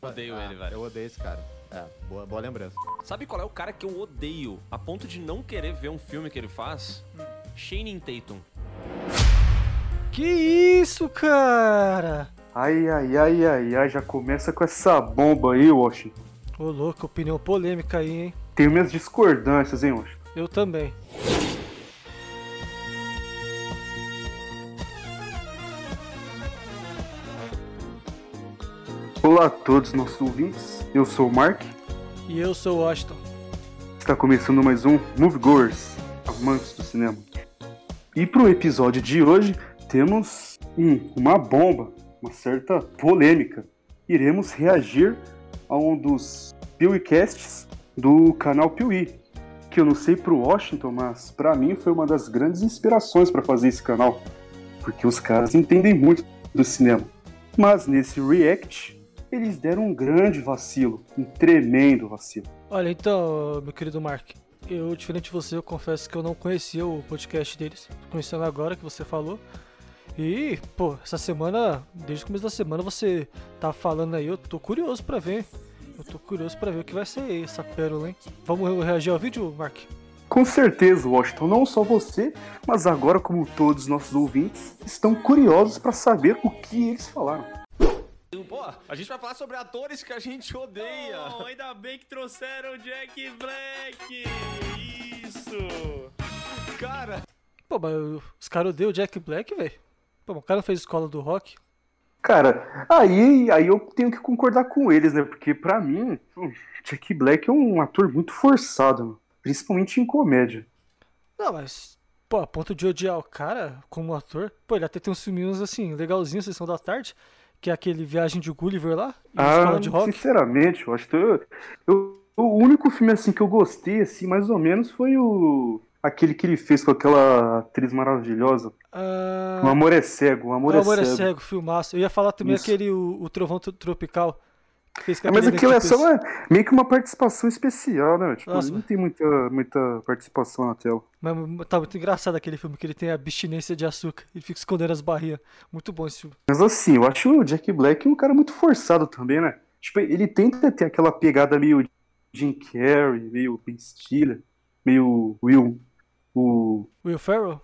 Odeio ele, velho. Ah, Eu odeio esse cara. É, boa, boa lembrança. Sabe qual é o cara que Ah, eu odeio a ponto de não querer ver um filme que ele faz? Hum. Shane Tatum. Que isso, cara? Ai, ai, ai, ai, ai, já começa com essa bomba aí, Washington. Ô, louco, opinião polêmica aí, hein? Tenho minhas discordâncias, hein, Washington. Eu também. Olá a todos nossos ouvintes, eu sou o Mark, E eu sou o Washington. está começando mais um Moviegoers, amantes do cinema. E pro episódio de hoje, temos hum, uma bomba, uma certa polêmica. Iremos reagir a um dos Pewicasts do canal Piuí, que eu não sei pro Washington, mas pra mim foi uma das grandes inspirações para fazer esse canal, porque os caras entendem muito do cinema. Mas nesse react, eles deram um grande vacilo, um tremendo vacilo. Olha, então, meu querido Mark, eu, diferente de você, eu confesso que eu não conhecia o podcast deles. Tô conhecendo agora que você falou. E, pô, essa semana, desde o começo da semana, você tá falando aí, eu tô curioso pra ver. Eu tô curioso pra ver o que vai ser essa pérola, hein? Vamos re- reagir ao vídeo, Mark? Com certeza, Washington, não só você, mas agora como todos os nossos ouvintes estão curiosos para saber o que eles falaram. Pô, a gente vai falar sobre atores que a gente odeia. Bom, Oh, ainda bem que trouxeram o Jack Black! Isso! Cara, Pô, mas eu- os caras odeiam o Jack Black, velho. Pô, mas o cara não fez escola do rock. Cara, aí, aí eu tenho que concordar com eles, né? Porque pra mim, hum, Jack Black é um ator muito forçado, mano. principalmente em comédia. Não, mas, pô, a ponto de odiar o cara como ator. Pô, ele até tem uns filminhos assim, legalzinhos, Sessão da Tarde, que é aquele Viagem de Gulliver lá, e Ah, Escola de Rock. sinceramente, Washington, eu, eu- o único filme assim que eu gostei, assim, mais ou menos, foi o aquele que ele fez com aquela atriz maravilhosa. Ah, O Amor é Cego, O Amor, O Amor é Cego. Cego, filmaço. Eu ia falar também Isso. aquele o, o Trovão Tro- Tropical. Que fez com É, mas aquele aquilo é elenco só de pessoas. uma, meio que uma participação especial, né? Tipo, Nossa, não mano. tem muita, muita participação na tela. Mas mas tá muito engraçado aquele filme, que ele tem abstinência de açúcar. Ele fica escondendo as barrigas. Muito bom esse filme. Mas assim, eu acho o Jack Black um cara muito forçado também, né? Tipo, ele tenta ter aquela pegada meio Jim Carrey, meio Ben Stiller, meio Will, o... Will Ferrell?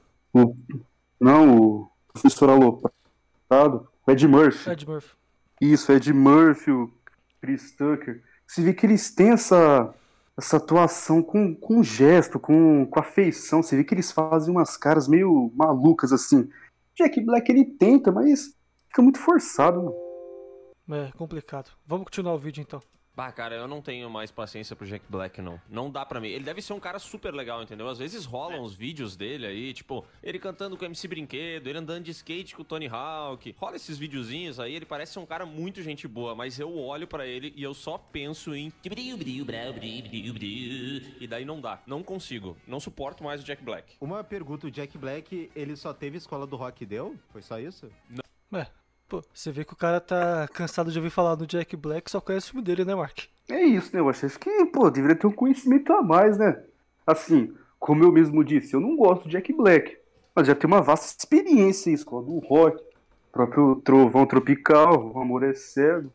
não, o professor aloprado, o Ed Murphy. Ed Murphy. Isso, Ed Murphy, o Chris Tucker. Você vê que eles têm essa, essa atuação com, com gesto, com, com afeição. Você vê que eles fazem umas caras meio malucas assim. Jack Black ele tenta, mas fica muito forçado. né? Mano. É, complicado. Vamos continuar o vídeo então. Bah, cara, eu não tenho mais paciência pro Jack Black, não. Não dá pra mim. Ele deve ser um cara super legal, entendeu? Às vezes É. rolam uns vídeos dele aí, tipo, ele cantando com o MC Brinquedo, ele andando de skate com o Tony Hawk. Rola esses videozinhos aí, ele parece ser um cara muito gente boa, mas eu olho pra ele e eu só penso em. briu, briu, brau, briu, briu, briu. E daí não dá. Não consigo. Não suporto mais o Jack Black. Uma pergunta, o Jack Black, ele só teve escola do rock e deu? Foi só isso? É, pô, você vê que o cara tá cansado de ouvir falar do Jack Black, só conhece o filme dele, né, Mark? É isso, né? Eu acho Acho que, pô, deveria ter um conhecimento a mais, né? Assim, como eu mesmo disse, eu não gosto do Jack Black, mas já tem uma vasta experiência em escola do rock, próprio Trovão Tropical, O Amor é Cego,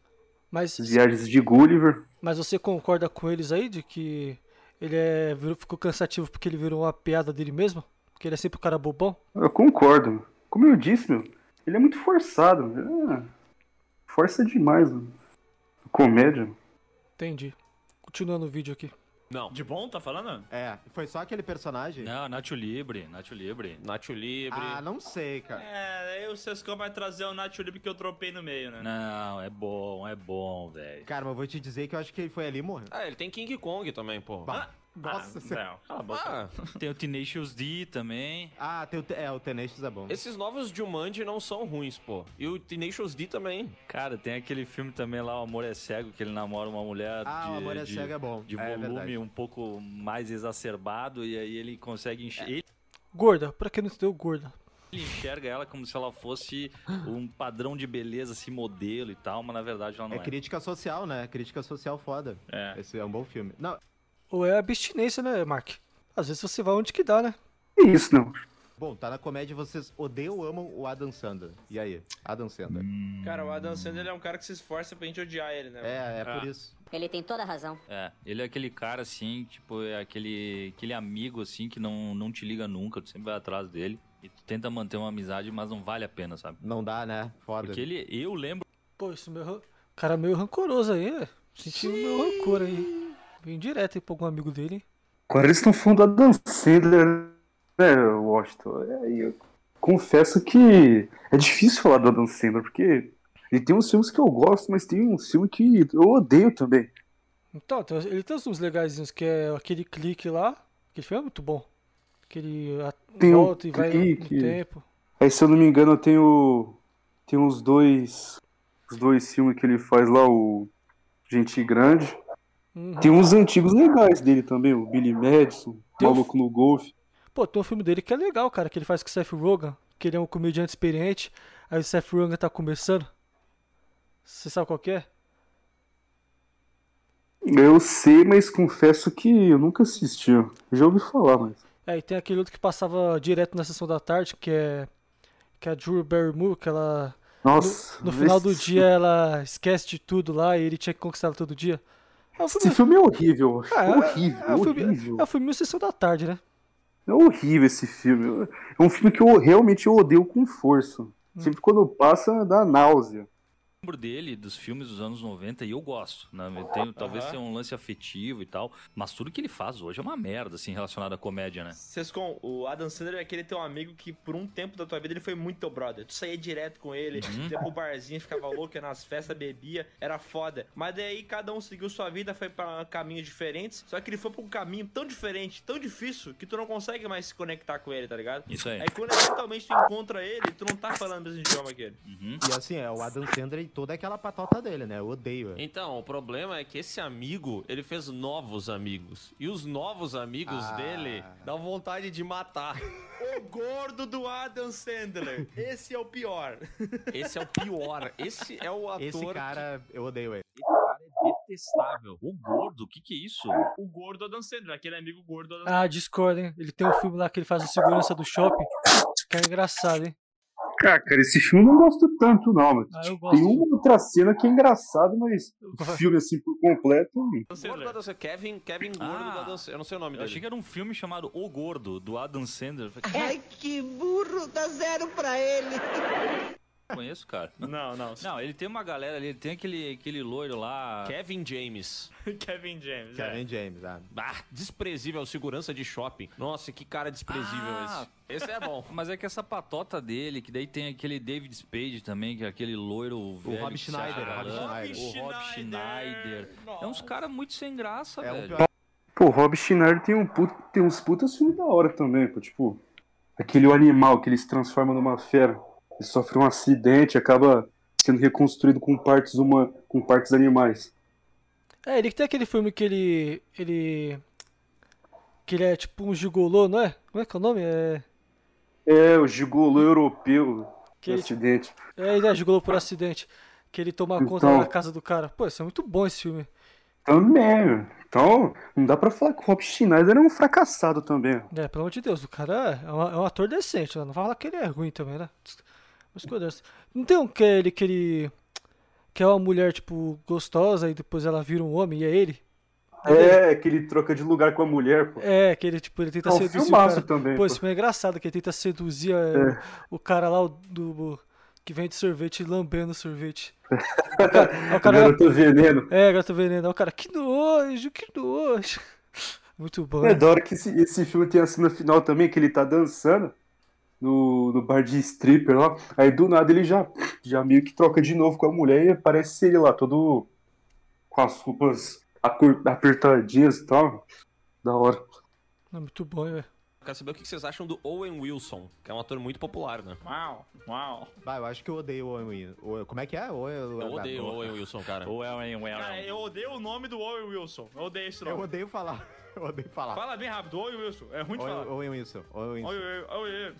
Mas, As Viagens de Gulliver. mas você concorda com eles aí de que ele é, virou- ficou cansativo porque ele virou uma piada dele mesmo? Porque ele é sempre o cara bobão? Eu concordo. meu. Como eu disse, meu, ele é muito forçado. meu. É, força demais, mano. Comédia. mano. Entendi. Continuando o vídeo aqui. Não. De bom, tá falando? É, foi só aquele personagem? Não, É, Nacho Libre, Nacho Libre. Nacho Libre. Ah, não sei, cara. É, aí o Sescão vai trazer o Nacho Libre que eu tropei no meio, né? Não, é bom, é bom, velho. Cara, mas eu vou te dizer que eu acho que ele foi ali e morreu. Ah, ele tem King Kong também, pô. Bah, Nossa, ah, você- não. Cala a boca. Ah, Tem o Tenacious D também. Ah, tem o, te- é, o Tenacious é bom. esses novos Jumanji não são ruins, pô. E o Tenacious D também. Cara, tem aquele filme também lá, O Amor é Cego, que ele namora uma mulher Ah, de, o Amor é de- Cego é bom. de É, é volume verdade. um pouco mais exacerbado e aí ele consegue enxergar. É. Gorda, pra quem não entendeu, gorda. Ele enxerga ela como se ela fosse um padrão de beleza, assim, modelo e tal, mas na verdade ela não É é. crítica social, né? Crítica social foda. É. Esse é um bom filme. Não, Ou é abstinência, né, Mark? Às vezes você vai onde que dá, né? É isso, não. Bom, tá na comédia, vocês odeiam ou amam o Adam Sandler. E aí? Adam Sandler. Hum. Cara, o Adam Sandler é um cara que se esforça pra gente odiar ele, né? mano? É, é por Ah. isso. Ele tem toda a razão. É, ele é aquele cara assim, tipo, é aquele, aquele amigo assim que não, não te liga nunca, tu sempre vai atrás dele e tu tenta manter uma amizade, mas não vale a pena, sabe? Não dá, né? Foda. Porque ele, eu lembro Pô, isso meu. ran- Cara meio rancoroso aí, né? Senti o meu rancor aí. Vim direto aí pra algum amigo dele. hein? Agora eles estão falando da Dan Sandler, né, Washington? Aí eu confesso que é difícil falar do Adam Sandler, porque ele tem uns filmes que eu gosto, mas tem um filme que eu odeio também. Então, tem- ele tem uns filmes legaisinhos, que é aquele clique lá. Aquele filme é muito bom. Aquele a- Tem um volta e vai no Clique. tempo. Aí, se eu não me engano, tem o. Tem uns dois. Os dois filmes que ele faz lá, o Gente Grande. Uhum. Tem uns antigos legais dele também, o Billy Madison, Tem um o- Maluco no Golfe. Pô, tem um filme dele que é legal, cara, que ele faz com o Seth Rogen, que ele é um comediante experiente, aí o Seth Rogen tá começando. Você sabe qual que é? Eu sei, mas confesso que eu nunca assisti. ó. Já ouvi falar, mas. É, e tem aquele outro que passava direto na sessão da tarde, que é. Que é a Drew Barrymore, que ela. Nossa. No final do esse- dia é ela esquece de tudo lá e ele tinha que conquistar ela todo dia. É um Esse filme. filme é horrível. acho. Ah, é- horrível, é um filme- horrível. É um filme sessão da tarde, né? É horrível esse filme. É um filme que eu realmente odeio com força. Hum. Sempre quando passa, dá náusea. dele, dos filmes dos anos 90, e eu gosto, né? Eu tenho- talvez Aham. seja um lance afetivo e tal, mas tudo que ele faz hoje é uma merda, assim, relacionado à comédia, né? Sescon, o Adam Sandler é aquele teu amigo que por um tempo da tua vida ele foi muito teu brother. Tu saía direto com ele, Uhum. ia pro barzinho, ficava louco, ia nas festas, bebia, era foda. Mas daí cada um seguiu sua vida, foi pra caminhos diferentes. Só que ele foi pra um caminho tão diferente, tão difícil, que tu não consegue mais se conectar com ele, tá ligado? Isso aí. Aí quando eventualmente tu encontra ele, tu não tá falando o mesmo idioma que ele. Uhum. E assim, é o Adam Sandler e toda aquela patota dele, né? Eu odeio. é. Então, o problema é que esse amigo, ele fez novos amigos. E os novos amigos Ah. dele dão vontade de matar. O gordo do Adam Sandler. Esse é o pior. Esse é o pior. Esse é o ator Esse cara, eu odeio ele. Detestável. O gordo, o que que é isso? O gordo do Adam Sandler, aquele amigo gordo do Adam Ah, discorda, hein? Ele tem um filme lá que ele faz o segurança do shopping. Que é engraçado, hein? Cara, Ah, cara, esse filme eu não gosto tanto, não. Mas Ah, eu gosto. tem uma outra cena que é engraçado, mas o filme assim por completo. hum. Gordo Sandler. da dança. Kevin, Kevin Gordo Ah. da dança. Eu não sei o nome Eu achei dele. que era um filme chamado O Gordo, do Adam Sandler. Eu falei, Ai, que burro, dá zero pra ele. "Não conheço, cara. Não, não. Não, ele tem uma galera ali, ele tem aquele, aquele loiro lá. Kevin James. Kevin James. é. Kevin James, ah. Ah, desprezível, segurança de shopping. Nossa, que cara desprezível Ah. esse. Esse é bom. Mas é que essa patota dele, que daí tem aquele David Spade também, que é aquele loiro velho. Rob que se Schneider, acha Rob galã. Schneider. O Rob Schneider. É uns caras muito sem graça, É um velho. pior. Pô, Rob Schneider tem, um puto, tem uns putas filmes da hora também, pô. Tipo, aquele animal que ele se transforma numa fera. Ele sofre um acidente, acaba sendo reconstruído com partes, uma, com partes animais. É, ele que tem aquele filme que ele. ele. que ele é tipo um gigolô, não é? Como é que é o nome? É. É, o gigolô europeu. Que Que ele, acidente. é, ele é gigolô por acidente. Que ele toma conta Então. da casa do cara. Pô, isso é muito bom esse filme. Também, meu. Então, não dá pra falar que o Rob Schneider é um fracassado também. É, pelo amor de Deus, o cara é um, é um ator decente, né? Não vai falar que ele é ruim também, né? Mas que Deus. Não tem um que ele que ele. que é uma mulher, tipo, gostosa e depois ela vira um homem e é ele? É, que ele troca de lugar com a mulher, pô. É, que ele, tipo, ele tenta É um seduzir o filmaço cara. também, Pô, pô. esse filme é engraçado, que ele tenta seduzir é, o cara lá o- do. Que vende sorvete lambendo o sorvete. O cara, o cara Garoto veneno. é, gato veneno. Aí O cara, que nojo, que nojo. Muito bom. É né? da hora que esse, esse filme tem a cena final também, que ele tá dançando no, no bar de stripper lá. Aí do nada ele já, já meio que troca de novo com a mulher e aparece ele lá, todo com as roupas acur- apertadinhas e tal. Da hora. É muito bom, hein, velho. Eu Quero saber o que vocês acham do Owen Wilson, que é um ator muito popular, né? Uau, uau. Bah, eu acho que eu odeio o Owen. Wilson. O- Como é que é? O- Eu odeio o Owen Wilson, cara. Ou é um- é um- é um- Cara, eu odeio o nome do Owen Wilson. Eu odeio esse Eu nome. odeio falar. Eu odeio falar. Fala bem rápido, Owen Wilson. É ruim de falar. Owen Owen Wilson. Owen Owen, Wilson. Owen, Owen.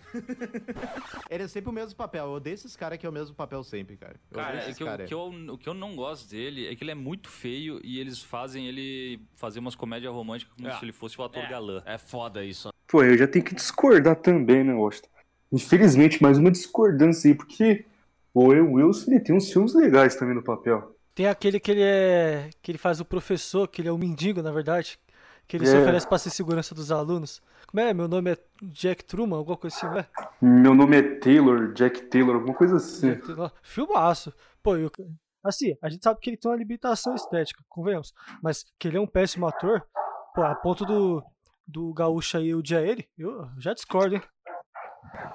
Ele é sempre o mesmo papel. Eu odeio esses caras que é o mesmo papel sempre, cara. Eu odeio Cara, é esses que eu- cara. que eu- o que eu não gosto dele é que ele é muito feio e eles fazem ele fazer umas comédias românticas como É. se ele fosse o ator É. galã. É foda isso. Pô, eu já tenho que discordar também, né, Washington? Infelizmente, mais uma discordância aí, porque o Owen Wilson ele tem uns filmes legais também no papel. Tem aquele que ele é. que ele faz o professor, que ele é um mendigo, na verdade. Que ele se É. oferece pra ser segurança dos alunos. Como é? Meu nome é Jack Truman, alguma coisa assim, não é? Meu nome é Taylor, Jack Taylor, alguma coisa assim. Jack Truman. Filmaço. Pô, eu... assim, a gente sabe que ele tem uma limitação estética, convenhamos. Mas que ele é um péssimo ator, pô, a ponto do, do gaúcho aí odiar ele, eu já discordo, hein?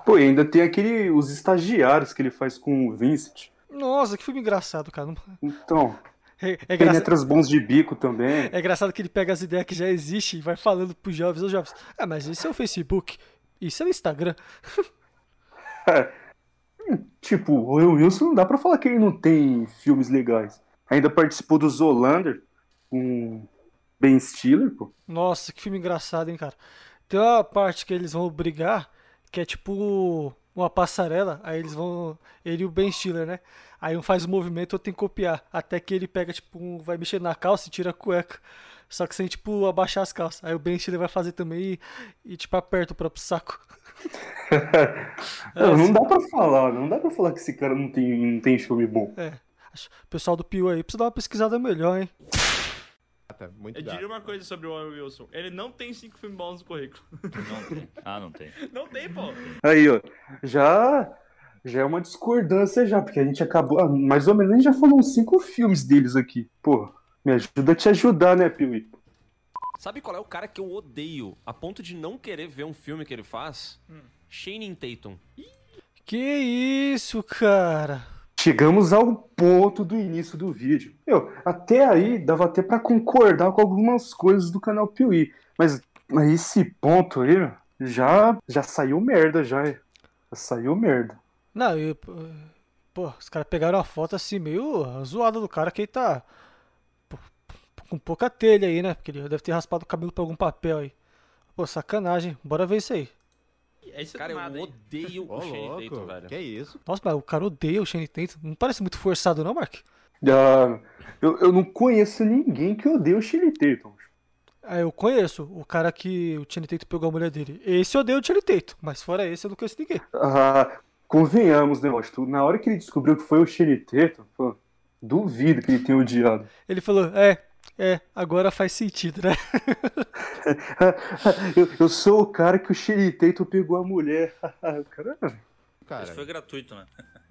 Pô, e ainda tem aquele. Os estagiários que ele faz com o Vincent. Nossa, que filme engraçado, cara. Não- Então, É, é tem engraçado- letras bons de bico também. É engraçado que ele pega as ideias que já existem e vai falando pros jovens, os jovens. Ah, mas isso é o Facebook, isso é o Instagram. Tipo, o Owen Wilson não dá pra falar que ele não tem filmes legais. Ainda participou do Zolander com Ben Stiller, pô. Nossa, que filme engraçado, hein, cara. Tem uma parte que eles vão brigar, que é tipo uma passarela, aí eles vão. Ele e o Ben Stiller, né? Aí um faz o movimento, outro tem que copiar. Até que ele pega, tipo, um, vai mexer na calça e tira a cueca. Só que sem, tipo, abaixar as calças. Aí o Ben Stiller vai fazer também e, e tipo, aperta o próprio saco. É, Não, não dá pra falar, não dá pra falar que esse cara não tem, não tem filme bom. É. Acho- Pessoal do Pio aí, precisa dar uma pesquisada melhor, hein? Gata, é muito Eu gata. diria uma coisa sobre o Owen Wilson. Ele não tem cinco filmes bons no currículo. Não tem. Ah, não tem. Não tem, pô. Aí, ó, já, já é uma discordância já, porque a gente acabou, ah, mais ou menos, a gente já falou uns cinco filmes deles aqui. Pô, me ajuda a te ajudar, né, Piuí? Sabe qual é o cara que eu odeio a ponto de não querer ver um filme que ele faz? Hum. Shane Tatum. Que isso, cara? Chegamos ao ponto do início do vídeo. Eu, até aí dava até pra concordar com algumas coisas do canal Piuí, mas a esse ponto aí, ó, já, já saiu merda, já, é. já saiu merda. Não, eu. Pô, os caras pegaram uma foto assim meio zoada do cara que ele tá. pô, pô, Com pouca telha aí, né? Porque ele deve ter raspado o cabelo por algum papel aí. Pô, sacanagem. Bora ver isso aí. É isso Cara, do nada, eu hein? odeio Ô, o Shane louco, Tatum, velho. que isso? Nossa, mas o cara odeia o Shane Tatum. Não parece muito forçado, não, Mark? Ah, eu, eu não conheço ninguém que odeie o então. Shirley Tatum. Ah, eu conheço o cara que o Shane Tatum pegou a mulher dele. Esse odeia o Shane Tatum, mas fora esse eu não conheço ninguém. Ah, convenhamos, né, Washington? Na hora que ele descobriu que foi o Shirley Tatum, pô, duvido que ele tenha odiado. Ele falou, é, é, agora faz sentido, né? eu, eu sou o cara que o Shirley Tatum pegou a mulher. o cara... Cara, Isso foi gratuito, né?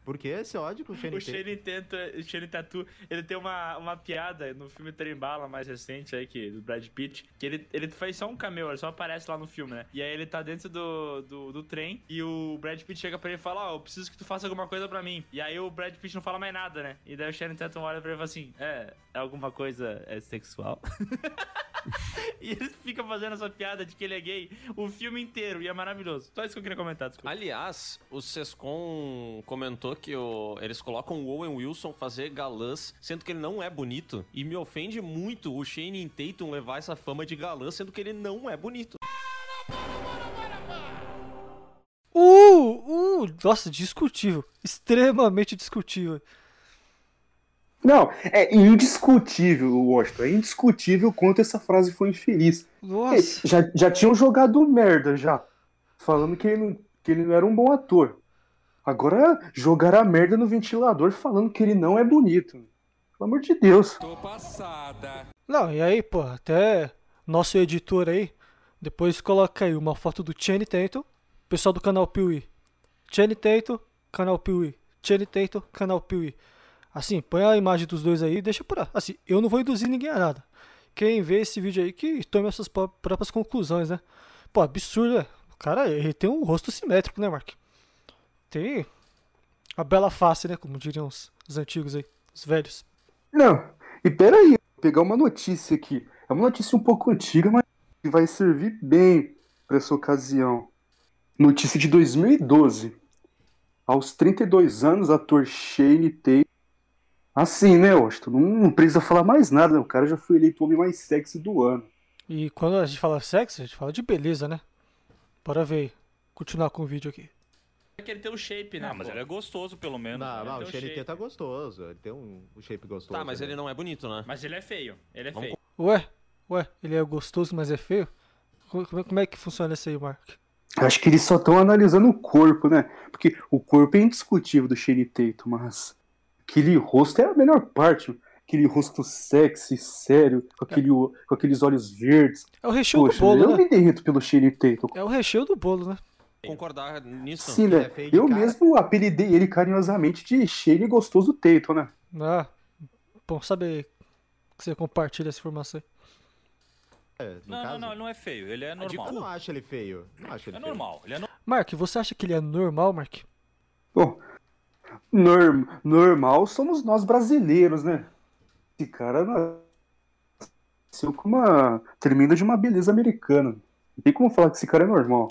por que esse ódio com o Shane O Tatum? Shane Tento, o Shane Tatu, ele tem uma, uma piada no filme Trembala mais recente aí, que, do Brad Pitt, que ele, ele faz só um cameo, ele só aparece lá no filme, né? E aí ele tá dentro do, do, do trem e o Brad Pitt chega pra ele e fala, ó, eu preciso que tu faça alguma coisa pra mim. E aí o Brad Pitt não fala mais nada, né? E daí o Shane Tatum olha pra ele e fala assim, é, é alguma coisa é sexual. e ele fica fazendo essa piada de que ele é gay o filme inteiro, e é maravilhoso. Só isso que eu queria comentar, desculpa. Aliás, o Sescon comentou que o- eles colocam o Owen Wilson fazer galãs, sendo que ele não é bonito. E me ofende muito o Shane Tatum levar essa fama de galã, sendo que ele não é bonito. Uh, uh, nossa, discutível. Extremamente discutível. Não, é indiscutível, Washington. É indiscutível o quanto essa frase foi infeliz. É, Nossa. Já, já tinham jogado merda já. Falando que ele, não, que ele não era um bom ator. Agora jogaram a merda no ventilador falando que ele não é bonito. Pelo amor de Deus. Não, e aí, pô, até nosso editor aí, depois coloca aí uma foto do Channing Tatum, pessoal do canal Piuí. Channing Tatum, canal Piuí. Channing Tatum, canal Piuí. Assim, põe a imagem dos dois aí e deixa por lá. Assim, eu não vou induzir ninguém a nada. Quem vê esse vídeo aí que tome as suas pró- próprias conclusões, né? Pô, absurdo, né? O cara, ele tem um rosto simétrico, né, Mark? Tem a bela face, né? Como diriam os, os antigos aí, os velhos. Não, e peraí, vou pegar uma notícia aqui. É uma notícia um pouco antiga, mas que vai servir bem para essa ocasião. Notícia de 2012. Aos 32 anos, ator Shane Tate. Assim, né, Washington? Não, não precisa falar mais nada, né? O cara já foi eleito o homem mais sexy do ano. E quando a gente fala sexo, a gente fala de beleza, né? Bora ver aí. Continuar com o vídeo aqui. É que ele tem o shape, né? Ah, mas pô? ele é gostoso, pelo menos. né? Não, Ele não, tem o um Shane shape. Tatum tá gostoso. Ele tem um, um shape gostoso. Tá, mas ele não é bonito, né? Mas ele é feio. Ele é Vamos feio. Ué, ué, ele é gostoso, mas é feio? Como como é- como é que funciona isso aí, Mark? Acho que eles só estão analisando o corpo, né? Porque o corpo é indiscutível do Shane Tatum, mas aquele rosto é a melhor parte. Aquele rosto sexy, sério, com, aquele, o- com aqueles olhos verdes. É o recheio do Poxa, bolo, eu né? me derrito pelo Shane Tatum. É o recheio do bolo, né? Concordar nisso? Sim, ele né? é feio de eu cara. mesmo apelidei ele carinhosamente de Shane Gostoso Tatum, né? Ah, bom saber que você compartilha essa informação aí. É, no Não, caso. não, não, ele não é feio, ele é Eu não normal. acho ele feio. Não acho ele É feio. normal, ele é normal. Mark, você acha que ele é normal, Mark? Bom, norm- normal somos nós brasileiros, né? Esse cara nasceu com uma. Termina de uma beleza americana. Não tem como falar que esse cara é normal.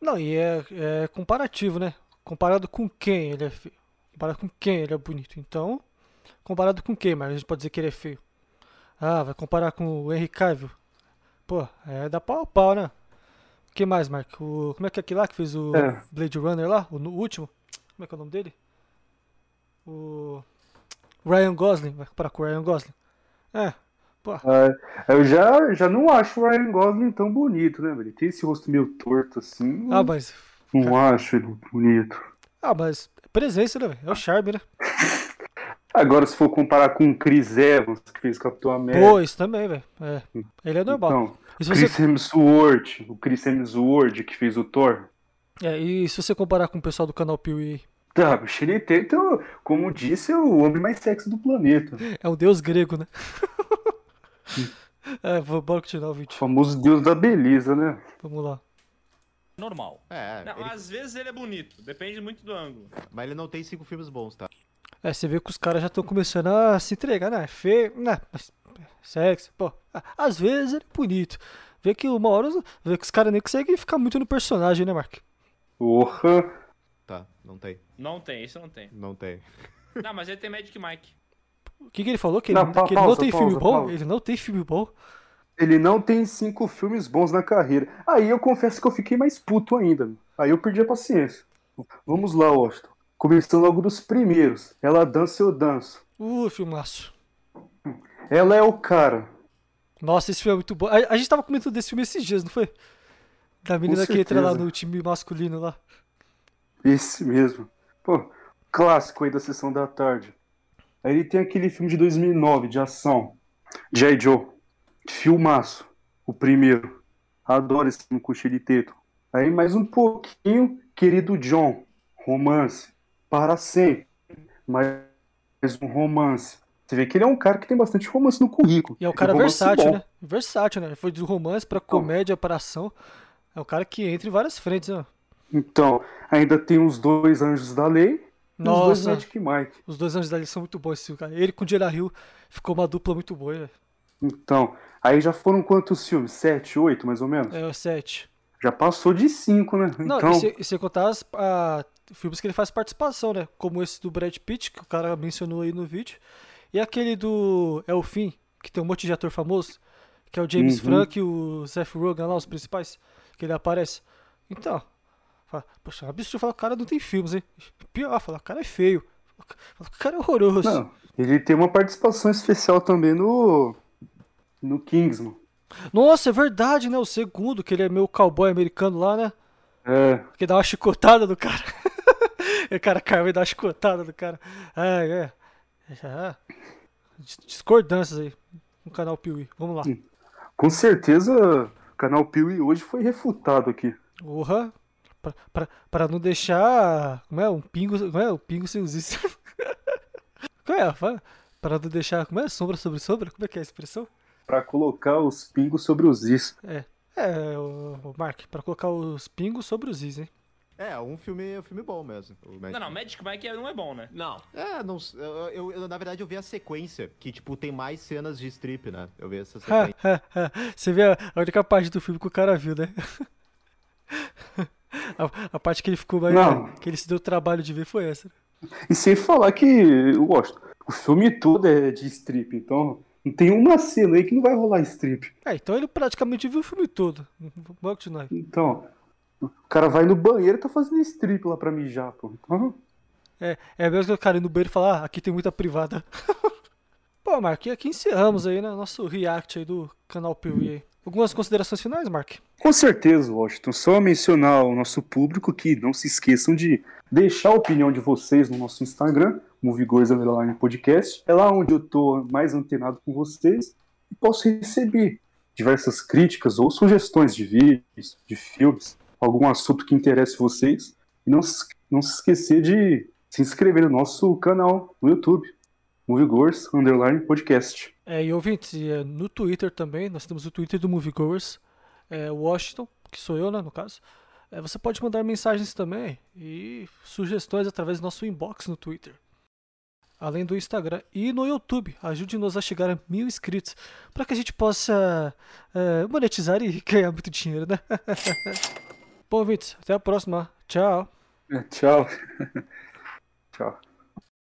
Não, e é, é comparativo, né? Comparado com quem ele é feio? Comparado com quem ele é bonito? Então, comparado com quem, Mark? A gente pode dizer que ele é feio. Ah, vai comparar com o Henry Cavill? Pô, é da pau a pau, né? O que mais, Mark? O, como é que é aquele lá que fez o É. Blade Runner lá? O, nu- o último? Como é que é o nome dele? O Ryan Gosling. Vai comparar com o Ryan Gosling? É, pô. Ah, eu já, já não acho o Ryan Gosling tão bonito, né? Ele tem esse rosto meio torto assim. Ah, mas. não acho ele bonito. Ah, mas. é Presença, né, velho? É o charme, né? Agora, se for comparar com o Chris Evans, que fez Capitão América. Pô, isso também, velho. É. Ele é normal. Hum. Então, e, se Chris você, Hemsworth, o Chris Hemsworth que fez o Thor. é, e se você comparar com o pessoal do canal Piuí, Tá, o Shirley Tatum, como disse, é o homem mais sexy do planeta. é um deus grego, né? é, vou- bora continuar o O vídeo. famoso deus da beleza, né? Vamos lá. normal. É, Não, ele- Às vezes ele é bonito, depende muito do ângulo. mas ele não tem cinco filmes bons, tá? É, você vê que os caras já estão começando a se entregar, né? É feio, né? Mas é sexy, pô. Ah, Às vezes ele é bonito. Vê que uma hora os- vê que os caras nem conseguem ficar muito no personagem, né, Mark? Porra. Tá, não tem. Não tem, isso não tem. Não tem. Não, mas ele tem Magic Mike. O que, que ele falou? Que ele Não, pa- que ele não pausa, tem filme pausa, bom? pausa. Ele não tem filme bom? Ele não tem cinco filmes bons na carreira. Aí eu confesso que eu fiquei mais puto ainda. meu. Aí eu perdi a paciência. Vamos lá, Washington. Começando logo dos primeiros. Ela dança, eu danço. Uh, filmaço. Ela é o cara. Nossa, esse filme é muito bom. A, a gente tava comentando desse filme esses dias, não foi? Da menina que entra lá certeza. no time masculino lá. Esse mesmo. Pô, clássico aí da sessão da tarde. Aí ele tem aquele filme de 2009, de ação. G.I. Joe. Filmaço. O primeiro. Adoro esse filme com o Shirley Tatum. Aí mais um pouquinho, Querido John. Romance. Para sempre. Mais um romance. Você vê que ele é um cara que tem bastante romance no currículo. E é o um cara romance versátil, bom. né? Versátil, né? Ele foi de romance pra comédia, pra ação. É o cara que entra em várias frentes, né? Então, ainda tem os dois Anjos da Lei e os dois Nossa, Magic Mike. os dois anos da lei são muito bons, esse cara. Ele com o Gerard Hill ficou uma dupla muito boa, né? Então, aí já foram quantos filmes? Sete, oito, mais ou menos? É o 7. Já passou de cinco, né? Não, é então, e se- e sem contar as a- filmes que ele faz participação, né? Como esse do Brad Pitt, que o cara mencionou aí no vídeo. E aquele do É o Fim, que tem um monte de ator famoso, que é o James Uhum. Franco e o Seth Rogen lá, os principais, que ele aparece. Então, fala, poxa, é um absurdo falar que o cara não tem filmes, hein? Pior, falar que o cara é feio. Falar que o cara é horroroso. não, ele tem uma participação especial também no no Kingsman. Nossa, é verdade, né? O segundo, que ele é meio cowboy americano lá, né? É, Porque dá uma chicotada no cara. o cara caiu e dá uma chicotada no cara. Ai, é. Já. é. Dis- Discordâncias aí no canal Piuí. Vamos lá. com certeza o canal Piuí hoje foi refutado aqui. Porra. Pra, pra, pra não deixar. Como é? Um pingo. Como é? Um pingo sem usar. Como é? Fa- Pra não deixar. Como é? Sombra sobre sombra? Como é que é a expressão? Pra colocar os pingos sobre os is. É, o, o Mark, pra colocar os pingos sobre os is, hein? É, um filme é um filme bom mesmo. o Magic Não, não, Magic Mike não é bom, né? Não, É, não, s- eu, eu- eu- na verdade eu vi a sequência, que tipo, tem mais cenas de strip, né? Eu vi essa Ha, sequência. ha, ha. Você vê a a única parte do filme que o cara viu, né? A, a parte que ele ficou mais. Não. Que ele se deu o trabalho de ver foi essa. E sem falar que eu gosto. O filme todo é de strip, então não tem uma cena aí que não vai rolar strip. É, então ele praticamente viu o filme todo. Vamos continuar. Então, o cara vai no banheiro e tá fazendo strip lá pra mijar, pô. Então, É, é mesmo que o cara ir no banheiro e falar, ah, aqui tem muita privada. Pô, Marquinhos, aqui encerramos aí, né? Nosso react aí do canal Piuí aí. Algumas considerações finais, Mark? Com certeza, Washington. Só mencionar ao nosso público que não se esqueçam de deixar a opinião de vocês no nosso Instagram, Movigores Underline Podcast. É lá onde eu tô mais antenado com vocês e posso receber diversas críticas ou sugestões de vídeos, de filmes, algum assunto que interesse vocês. E não se, não se esquecer de se inscrever no nosso canal no YouTube, Movigores Underline Podcast. É, e ouvintes, e, é, no Twitter também, nós temos o Twitter do Moviegoers, é, Washington, que sou eu, né, no caso. É, você pode mandar mensagens também e sugestões através do nosso inbox no Twitter. Além do Instagram e no YouTube. Ajude-nos a chegar a mil inscritos para que a gente possa é, monetizar e ganhar muito dinheiro, né? Bom, ouvintes, até a próxima. Tchau. É, Tchau. Tchau.